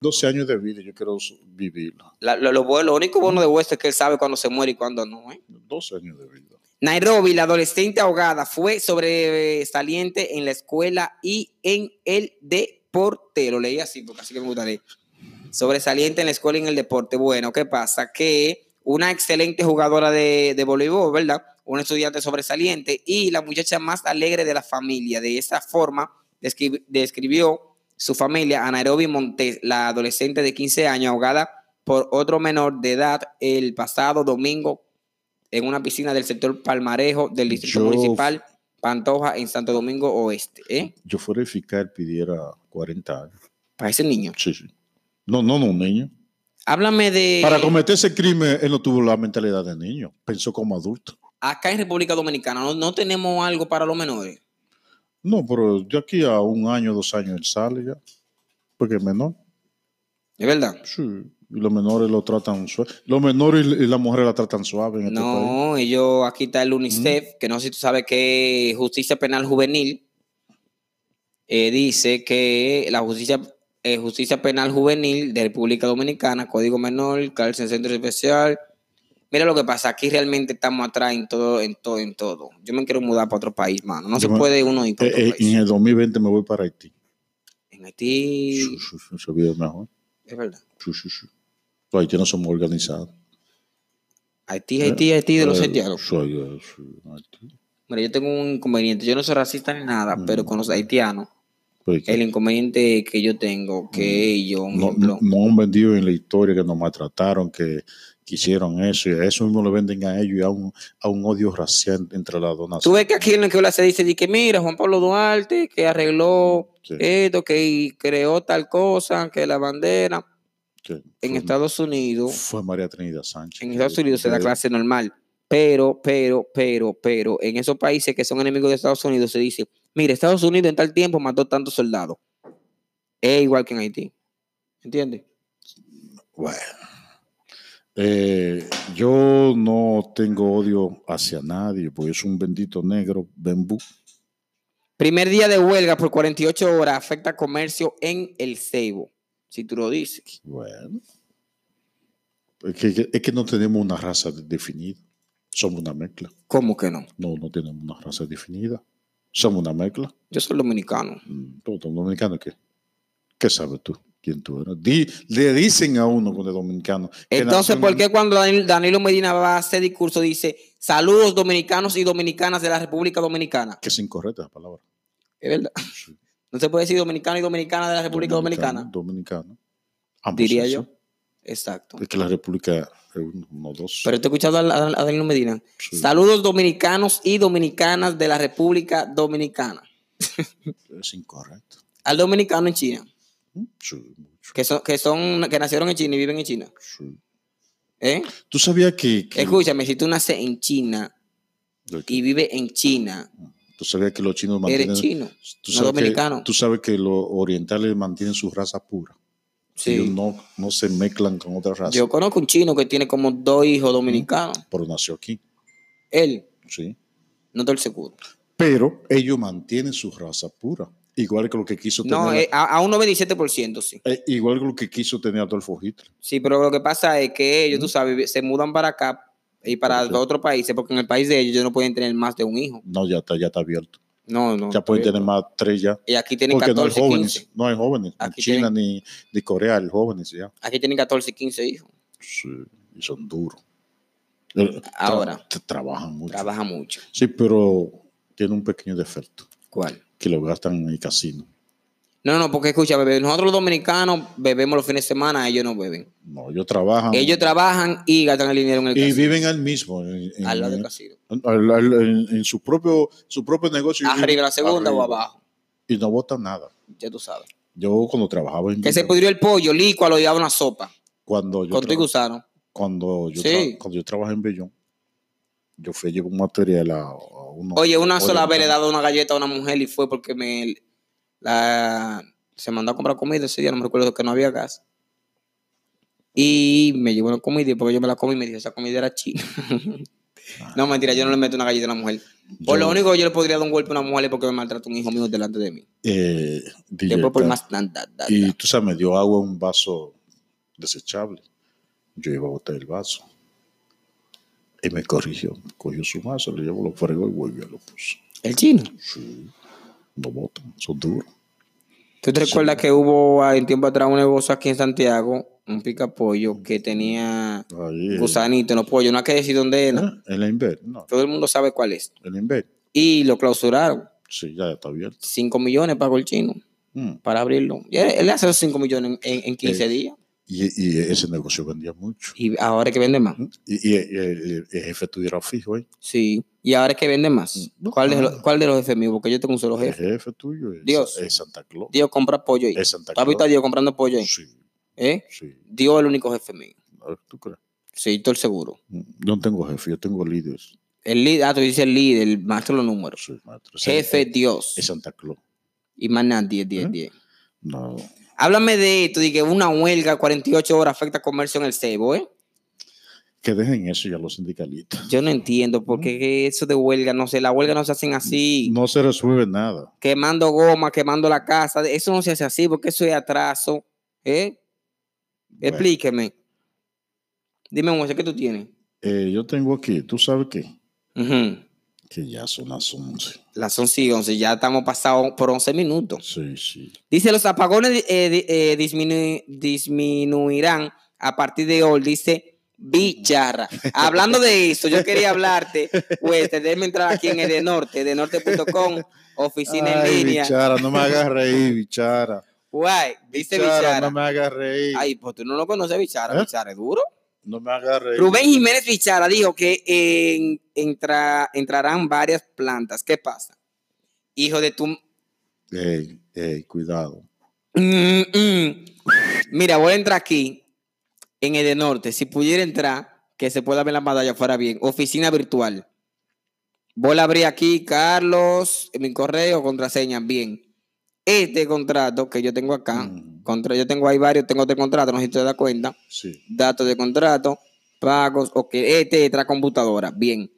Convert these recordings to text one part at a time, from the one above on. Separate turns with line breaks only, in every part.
12 años de vida, yo quiero su- vivirla.
La- lo, lo bueno- lo único bueno de West es que él sabe cuándo se muere y cuándo no. ¿eh?
12 años de vida.
Nairobi, la adolescente ahogada, fue sobresaliente en la escuela y en el deporte. Lo leí así porque así que me gusta leer. Sobresaliente en la escuela y en el deporte. Bueno, ¿qué pasa? Que una excelente jugadora de, de voleibol, ¿verdad? Un estudiante sobresaliente y la muchacha más alegre de la familia. De esa forma descri- describió su familia a Nairobi Montes, la adolescente de 15 años ahogada por otro menor de edad el pasado domingo en una piscina del sector Palmarejo del Distrito
Yo-
Municipal Pantoja en Santo Domingo Oeste. ¿eh?
Yo fuera eficaz, pidiera 40 años.
Para ese niño.
Sí, sí. No, no, no, niño.
Háblame de...
Para cometer ese crimen, él no tuvo la mentalidad de niño. Pensó como adulto.
Acá en República Dominicana no, no tenemos algo para los menores.
No, pero de aquí a un año, dos años, él sale ya. Porque es menor.
¿Es verdad?
Sí. Y los menores lo tratan suave. Los menores y y las mujeres la tratan suave en este país.
No, ellos, aquí está el UNICEF, que no sé si tú sabes que Justicia Penal Juvenil eh, dice que la justicia, eh, justicia penal juvenil de República Dominicana, Código Menor, Cárcel Centro Especial. Mira lo que pasa, aquí realmente estamos atrás en todo, en todo, en todo. Yo me quiero mudar para otro país, mano. No
Yo
se
me-
puede uno ir para
Eh,
otro
eh, y en
país.
el 2020 me voy para Haití.
En Haití,
Sí, sí, sí, se vive mejor.
es verdad.
Sí, sí, sí. Los haitianos somos organizados.
Haití, Haití, Haití de los
Eh,
haitianos.
sí, eh, sí, Haití.
Mira, yo tengo un inconveniente. Yo no soy racista ni nada,
Mm.
pero con los haitianos,
Pero es Pues que
el inconveniente que yo tengo, que ellos, un
Mm. no,
ejemplo,
no han vendido en la historia que nos maltrataron, que quisieron eso, y a eso mismo le venden a ellos y a un, a un odio racial entre las dos
Tú
naciones.
ves que aquí en la que habla se dice de que mira, Juan Pablo Duarte, que arregló
Sí.
esto, que creó tal cosa, que la bandera.
que
En
fue-
Estados Unidos,
Fue María Trinidad Sánchez.
en
que-
Estados Unidos se da
que-
clase normal. Pero, pero, pero, pero, en esos países que son enemigos de Estados Unidos se dice, mira, Estados Unidos en tal tiempo mató tantos soldados. Es igual que en Haití. ¿Entiendes?
Bueno. Eh, yo no tengo odio hacia nadie, porque es un bendito negro, Bembú.
Primer día de huelga por 48 horas afecta comercio en el Ceibo. Si tú lo dices.
Bueno. Es que, es que no tenemos una raza de- definida. Somos una mezcla.
¿Cómo que no?
No, no tenemos una raza definida. Somos una mezcla.
Yo soy dominicano.
Mm, ¿Tú, tú dominicano qué? ¿Qué sabes tú? ¿Quién tú eres? Di- le dicen a uno con el dominicano. que nació
Entonces,
en
¿por
el-
qué cuando Danil- Danilo Medina va a hacer discurso dice saludos dominicanos y dominicanas de la República Dominicana?
Que es incorrecta esa palabra.
Es verdad.
Sí.
No se puede decir dominicano y dominicana de la República Dominicana.
Dominicano. Ambos
Diría yo.
sexos.
Exacto.
Es que la República es uno, uno, dos.
Pero te he escuchado a, a- a Danilo Medina.
Sí.
Saludos dominicanos y dominicanas de la República Dominicana.
Es incorrecto.
Al dominicano en China,
Sí, mucho.
que son, que son, que nacieron en China y viven en China.
Sí.
¿Eh?
¿Tú sabías que, que-
Escúchame, si tú naces en China y vives en China,
¿Tú sabías que los chinos mantienen...
eres chino.
Tú
no
sabes que-
dominicano.
tú sabes que los orientales mantienen su raza pura. Ellos
Sí.
no, no se mezclan con otra raza.
Yo conozco un chino que tiene como dos hijos dominicanos.
Pero nació aquí,
Él,
sí.
no estoy seguro.
Pero ellos mantienen su raza pura. Igual que lo que quiso tener...
No, eh, a, a un 97%, sí.
eh, igual que lo que quiso tener Adolfo Hitler.
Sí, pero lo que pasa es que ellos, tú sabes, se mudan para acá y para
Correcto.
otros países, porque en el país de ellos ellos no pueden tener más de un hijo.
No, ya está, ya está abierto.
No, no.
ya pueden
está bien.
tener más tres ya.
Y aquí tienen
Porque no hay
14,
jóvenes.
15.
No hay jóvenes. En
Aquí
China ni, ni Corea hay jóvenes ya.
Aquí tienen 14, 15 hijos.
Sí, y son duros. Eh, tra-
Ahora.
t- trabajan mucho.
Trabaja mucho.
Sí, pero tiene un pequeño defecto,
¿Cuál?
que lo gastan en el casino.
No, no, porque escucha, bebé, nosotros los dominicanos bebemos los fines de semana, ellos no beben.
No, ellos trabajan
Ellos trabajan y gastan el dinero en el
Ah. y
casino.
viven al mismo, en, en-
Al lado del casino.
al- al- en- en su propio su propio negocio. ellos
Arriba
viven
la segunda o
arriba.
abajo.
Y no votan nada.
Ya tú sabes.
Yo cuando trabajaba en
Que se
Villa-
pudrió el pollo, lícualo y daba una sopa.
cuando yo
Con tu
traba-
gusano.
cuando yo
Sí.
tra- cuando yo trabajé en Bellón, yo fui a llevar un material a, a uno.
Oye, una sola vez le he
oriental.
dado una galleta a una mujer y fue porque me la se mandó a comprar comida ese día, no me recuerdo que no había gas. Y me llevó una comida y después yo me la comí y me dijo, esa comida era china. No, mentira, yo no le meto una galleta a una mujer. Por
Yo-
lo único que yo le podría dar un golpe a una mujer es porque me maltrata un hijo mío delante de mí.
Eh, DJ
Después por
Tat.
más. nan, da, da,
Y
da.
tú sabes, me dio agua en un vaso desechable. Yo iba a botar el vaso. Y me corrigió. Cogió su vaso, le llevó, lo fregó y volvió, lo puso.
El chino.
Sí. No botan, son duros.
¿Tú te recuerdas que hubo ah, en tiempo atrás un negocio aquí en Santiago, un pica pollo que tenía
Ahí, eh,
gusanito en los pollos? No hay que decir dónde era.
¿eh? El Inver, no,
Todo el mundo sabe cuál es.
el Inver.
Y lo clausuraron.
Sí, ya está abierto.
5 millones pagó el chino
Mm.
para abrirlo. Y él, él hace esos 5 millones en, en 15 días.
Y, y ese negocio vendía mucho.
Y ahora es que vende más.
Mm. Y, y- y el, el jefe estuviera fijo ahí.
Sí. Y ahora es que vende más.
No,
¿Cuál, de
ah.
los, ¿Cuál de los jefes míos? Porque yo tengo un solo
El
jefe.
jefe tuyo es,
Dios.
es Santa Claus.
Dios compra pollo ahí.
Es Santa
¿Tú has visto a
Claus.
Dios comprando pollo ahí?
Sí,
¿Eh?
sí.
Dios es el único jefe mío.
A ver, ¿Tú crees?
Sí, todo el seguro.
Mm. Yo no tengo jefe, yo tengo líderes.
El líder, ah, tú dices el líder, el maestro de los números.
Sí, maestro. Ese-
Jefe
eh,
Dios.
Es Santa Claus.
Y más nada, 10, 10,
¿Eh?
10.
No.
Háblame de esto, de que una huelga 48 horas afecta comercio en el cebo, ¿eh?
Que dejen eso ya los sindicalistas.
Yo no entiendo por qué eso de huelga, no sé, la huelga no se hacen así,
Mm, No se resuelve nada.
quemando goma, quemando la casa, eso no se hace así porque eso es atraso, ¿eh?
Bueno,
Explíqueme. Dime, Moisés, ¿qué tú tienes?
eh, yo tengo aquí, ¿tú sabes qué?
Ujú.
Que ya son las 11.
Las 11 y 11, ya estamos pasados por 11 minutos.
Sí, sí.
Dice, los apagones eh, di- eh, disminu- disminuirán a partir de hoy, dice Bicharra. Hablando de eso, yo quería hablarte, pues, déjeme entrar aquí en el de Norte, de norte.com, oficina
Ay,
en línea.
bichara, no me hagas reír, bichara.
Guay, dice
Bichara,
Bichara.
No me hagas reír.
Ay, pues tú no lo conoces, Bichara.
¿Eh?
Bichara es duro.
No me hagas reír.
Rubén Jiménez Bichara dijo que en- entra, entrarán varias plantas. ¿Qué pasa? Hijo de tu.
Ey, ey, cuidado.
Mm, mm. Mira, voy a entrar aquí en el de norte. Si pudiera entrar, que se pueda ver la pantalla fuera bien. Oficina virtual. Voy a abrir aquí, Carlos, mi correo, contraseña. Bien. Este contrato que yo tengo acá,
Ujú.
contra, yo tengo ahí varios, tengo este contrato, no sé si te das cuenta.
Sí.
datos de contrato, pagos, ok, este otra computadora, bien.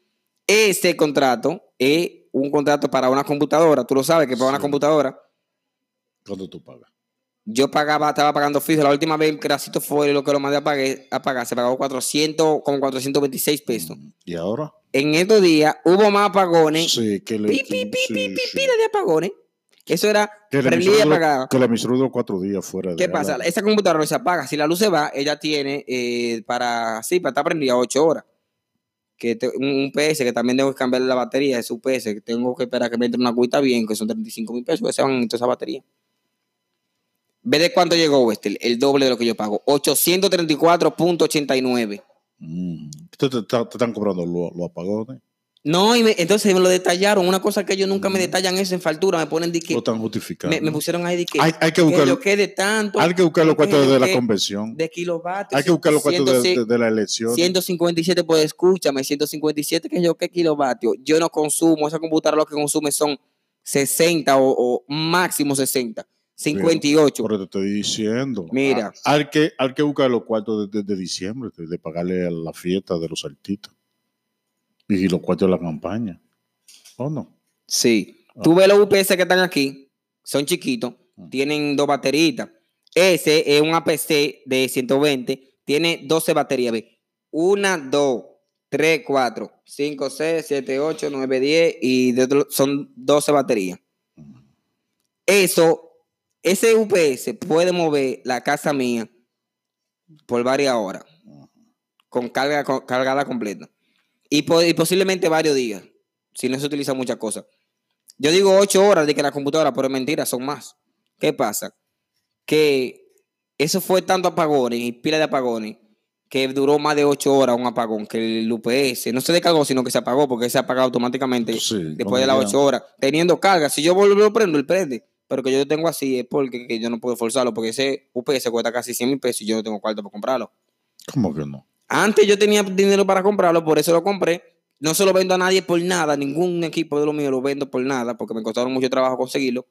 Este contrato es un contrato para una computadora, tú lo sabes que para una
Sí.
computadora,
¿Cuánto tú pagas?
yo pagaba, estaba pagando fijo, la última vez que Gracito fue lo que lo mandé a, pague- a pagar, se pagó 400, como 426 pesos.
Mm. ¿Y ahora?
En estos días hubo más apagones,
Sí, que le.
pi, pi, pi,
sí,
pi, pi,
sí.
pila de apagones, eso era
Que la
prendida y
emisora duró-
apagada.
que la emisora duró cuatro días fuera de
¿Qué
la-
pasa? Esa computadora no se apaga. Si la luz se va, ella tiene eh, para, sí, para estar prendida 8 horas. Que te- un, un PS que también tengo que cambiar la batería, es un PS que tengo que esperar que me entre una cuita bien, que son 35 mil pesos, que se van en toda esa batería. ¿Ve de cuánto llegó Westel? El doble de lo que yo pago. 834.89.
Mm. Te, te- te- te están cobrando lo- ¿eh? los apagones,
No, y me- entonces me lo detallaron. Una cosa que ellos
Mm.
nunca me detallan es en factura. Me ponen de que.
lo están justificando.
Me, me pusieron ahí de que.
hay, hay que
que
buscar,
yo quede tanto.
hay que buscar los
que
cuartos
yo
de la
que-
convención.
De kilovatios.
Hay que buscar los cuartos de,
106
de- de la elección.
157, pues escúchame, 157 que yo qué kilovatios. Yo no consumo, esa computadora lo que consume son 60 o, o máximo 60, 58.
Por eso te estoy diciendo.
Mira.
Ah, Hay que, hay que buscar los cuartos de, de- de diciembre, de, de pagarle a la fiesta de los artistas. Y los cuartos de la campaña. ¿O no?
Sí.
Ah.
Tú ves los UPS que están aquí, son chiquitos,
Mm.
tienen dos bateritas. Ese es un APC de 120, tiene 12 baterías. Ve. 1, 2, 3, 4, 5, 6, 7, 8, 9, 10 y de otro- son 12 baterías. Eso, ese UPS puede mover la casa mía por varias horas, con carga co- cargada completa. Y, po- y posiblemente varios días, si no se utiliza muchas cosas. Yo digo ocho horas de que la computadora, pero es mentira, son más. ¿Qué pasa? Que eso fue tanto apagones y pila de apagones que duró más de ocho horas un apagón, que el UPS no se descargó, sino que se apagó, porque se apaga automáticamente
Sí,
después
cuando
de las
ya-
8 horas, teniendo carga. Si yo vuelvo lo prendo, él prende. Pero que yo lo tengo así es porque que yo no puedo forzarlo, porque ese UPS cuesta casi 100 mil pesos y yo no tengo cuarto para comprarlo.
¿Cómo que no?
Antes yo tenía dinero para comprarlo, por eso lo compré. No se lo vendo a nadie por nada, ningún equipo de lo mío lo vendo por nada, porque me costaron mucho trabajo conseguirlo.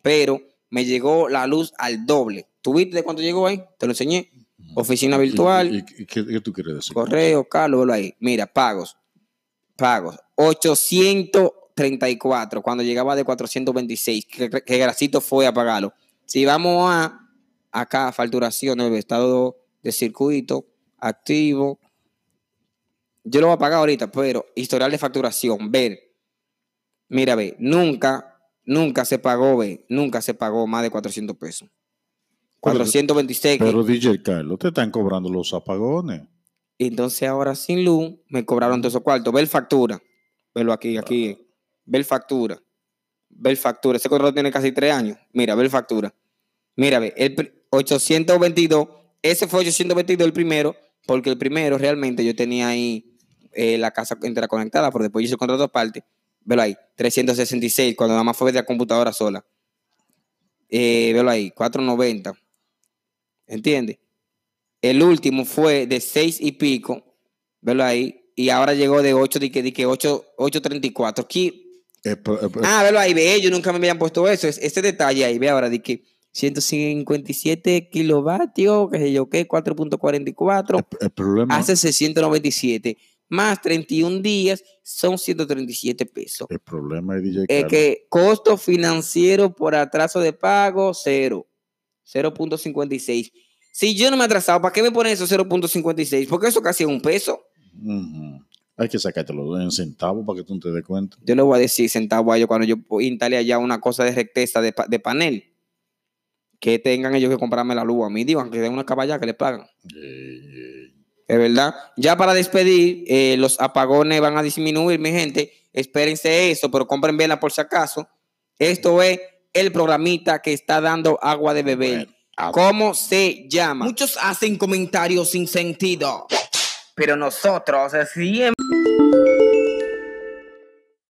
Pero me llegó la luz al doble. ¿Tuviste de cuánto llegó ahí? Te lo enseñé. Oficina
¿Y-
virtual.
¿Y, y qué, qué tú quieres decir?
Correo, Carlos, velo ahí. Mira, pagos. pagos. 834 cuando llegaba de 426, que, que Grasito fue a pagarlo. Si vamos a acá, facturación, el estado de circuito, activo. Yo lo voy a pagar ahorita, pero historial de facturación, ver. Mira, ve, nunca, nunca se pagó, ve, nunca se pagó más de 400 pesos. 426.
Pero DJ Carlos, te están cobrando los apagones.
Y entonces ahora sin luz me cobraron todos esos cuartos. Ver factura. Verlo aquí, aquí. Ver factura. Ver factura. Ese contrato tiene casi tres años. Mira, ver factura. Mira, ve, el pr- 822. Ese fue 822 el primero, porque el primero realmente yo tenía ahí eh, la casa interconectada, pero después yo hice el contrato aparte. Velo ahí, 366, cuando nada más fue de la computadora sola. Eh, velo ahí, 490. ¿Entiendes? El último fue de 6 y pico, velo ahí, y ahora llegó de 8, de que, de que 8, 834. Aquí,
Eh, pero, eh, pero-
Ah, velo ahí, ve, ellos nunca me habían puesto eso. Es, este detalle ahí, ve ahora, de que 157 kilovatios, que sé yo qué, 4.44,
el, el problema,
hace 697, más 31 días, son 137 pesos.
el problema de DJ
Es
Carlos.
que costo financiero por atraso de pago, cero. 0.56. Si yo no me he atrasado, ¿para qué me ponen eso 0.56? Porque eso casi es un peso.
Ujú. Hay que sacártelo en centavos para que tú te des cuenta.
Yo le voy a decir centavo a ellos cuando yo instale allá una cosa de recteza de, pa- de panel. Que tengan ellos que comprarme la luz a mí. Digan que den una caballa que les pagan.
Eh, eh,
Es verdad. Ya para despedir, eh, los apagones van a disminuir, mi gente. Espérense eso, pero compren vela por si acaso. Esto es el programita que está dando agua de beber.
Bueno, ah,
¿Cómo se llama? Muchos hacen comentarios sin sentido. Pero nosotros siempre.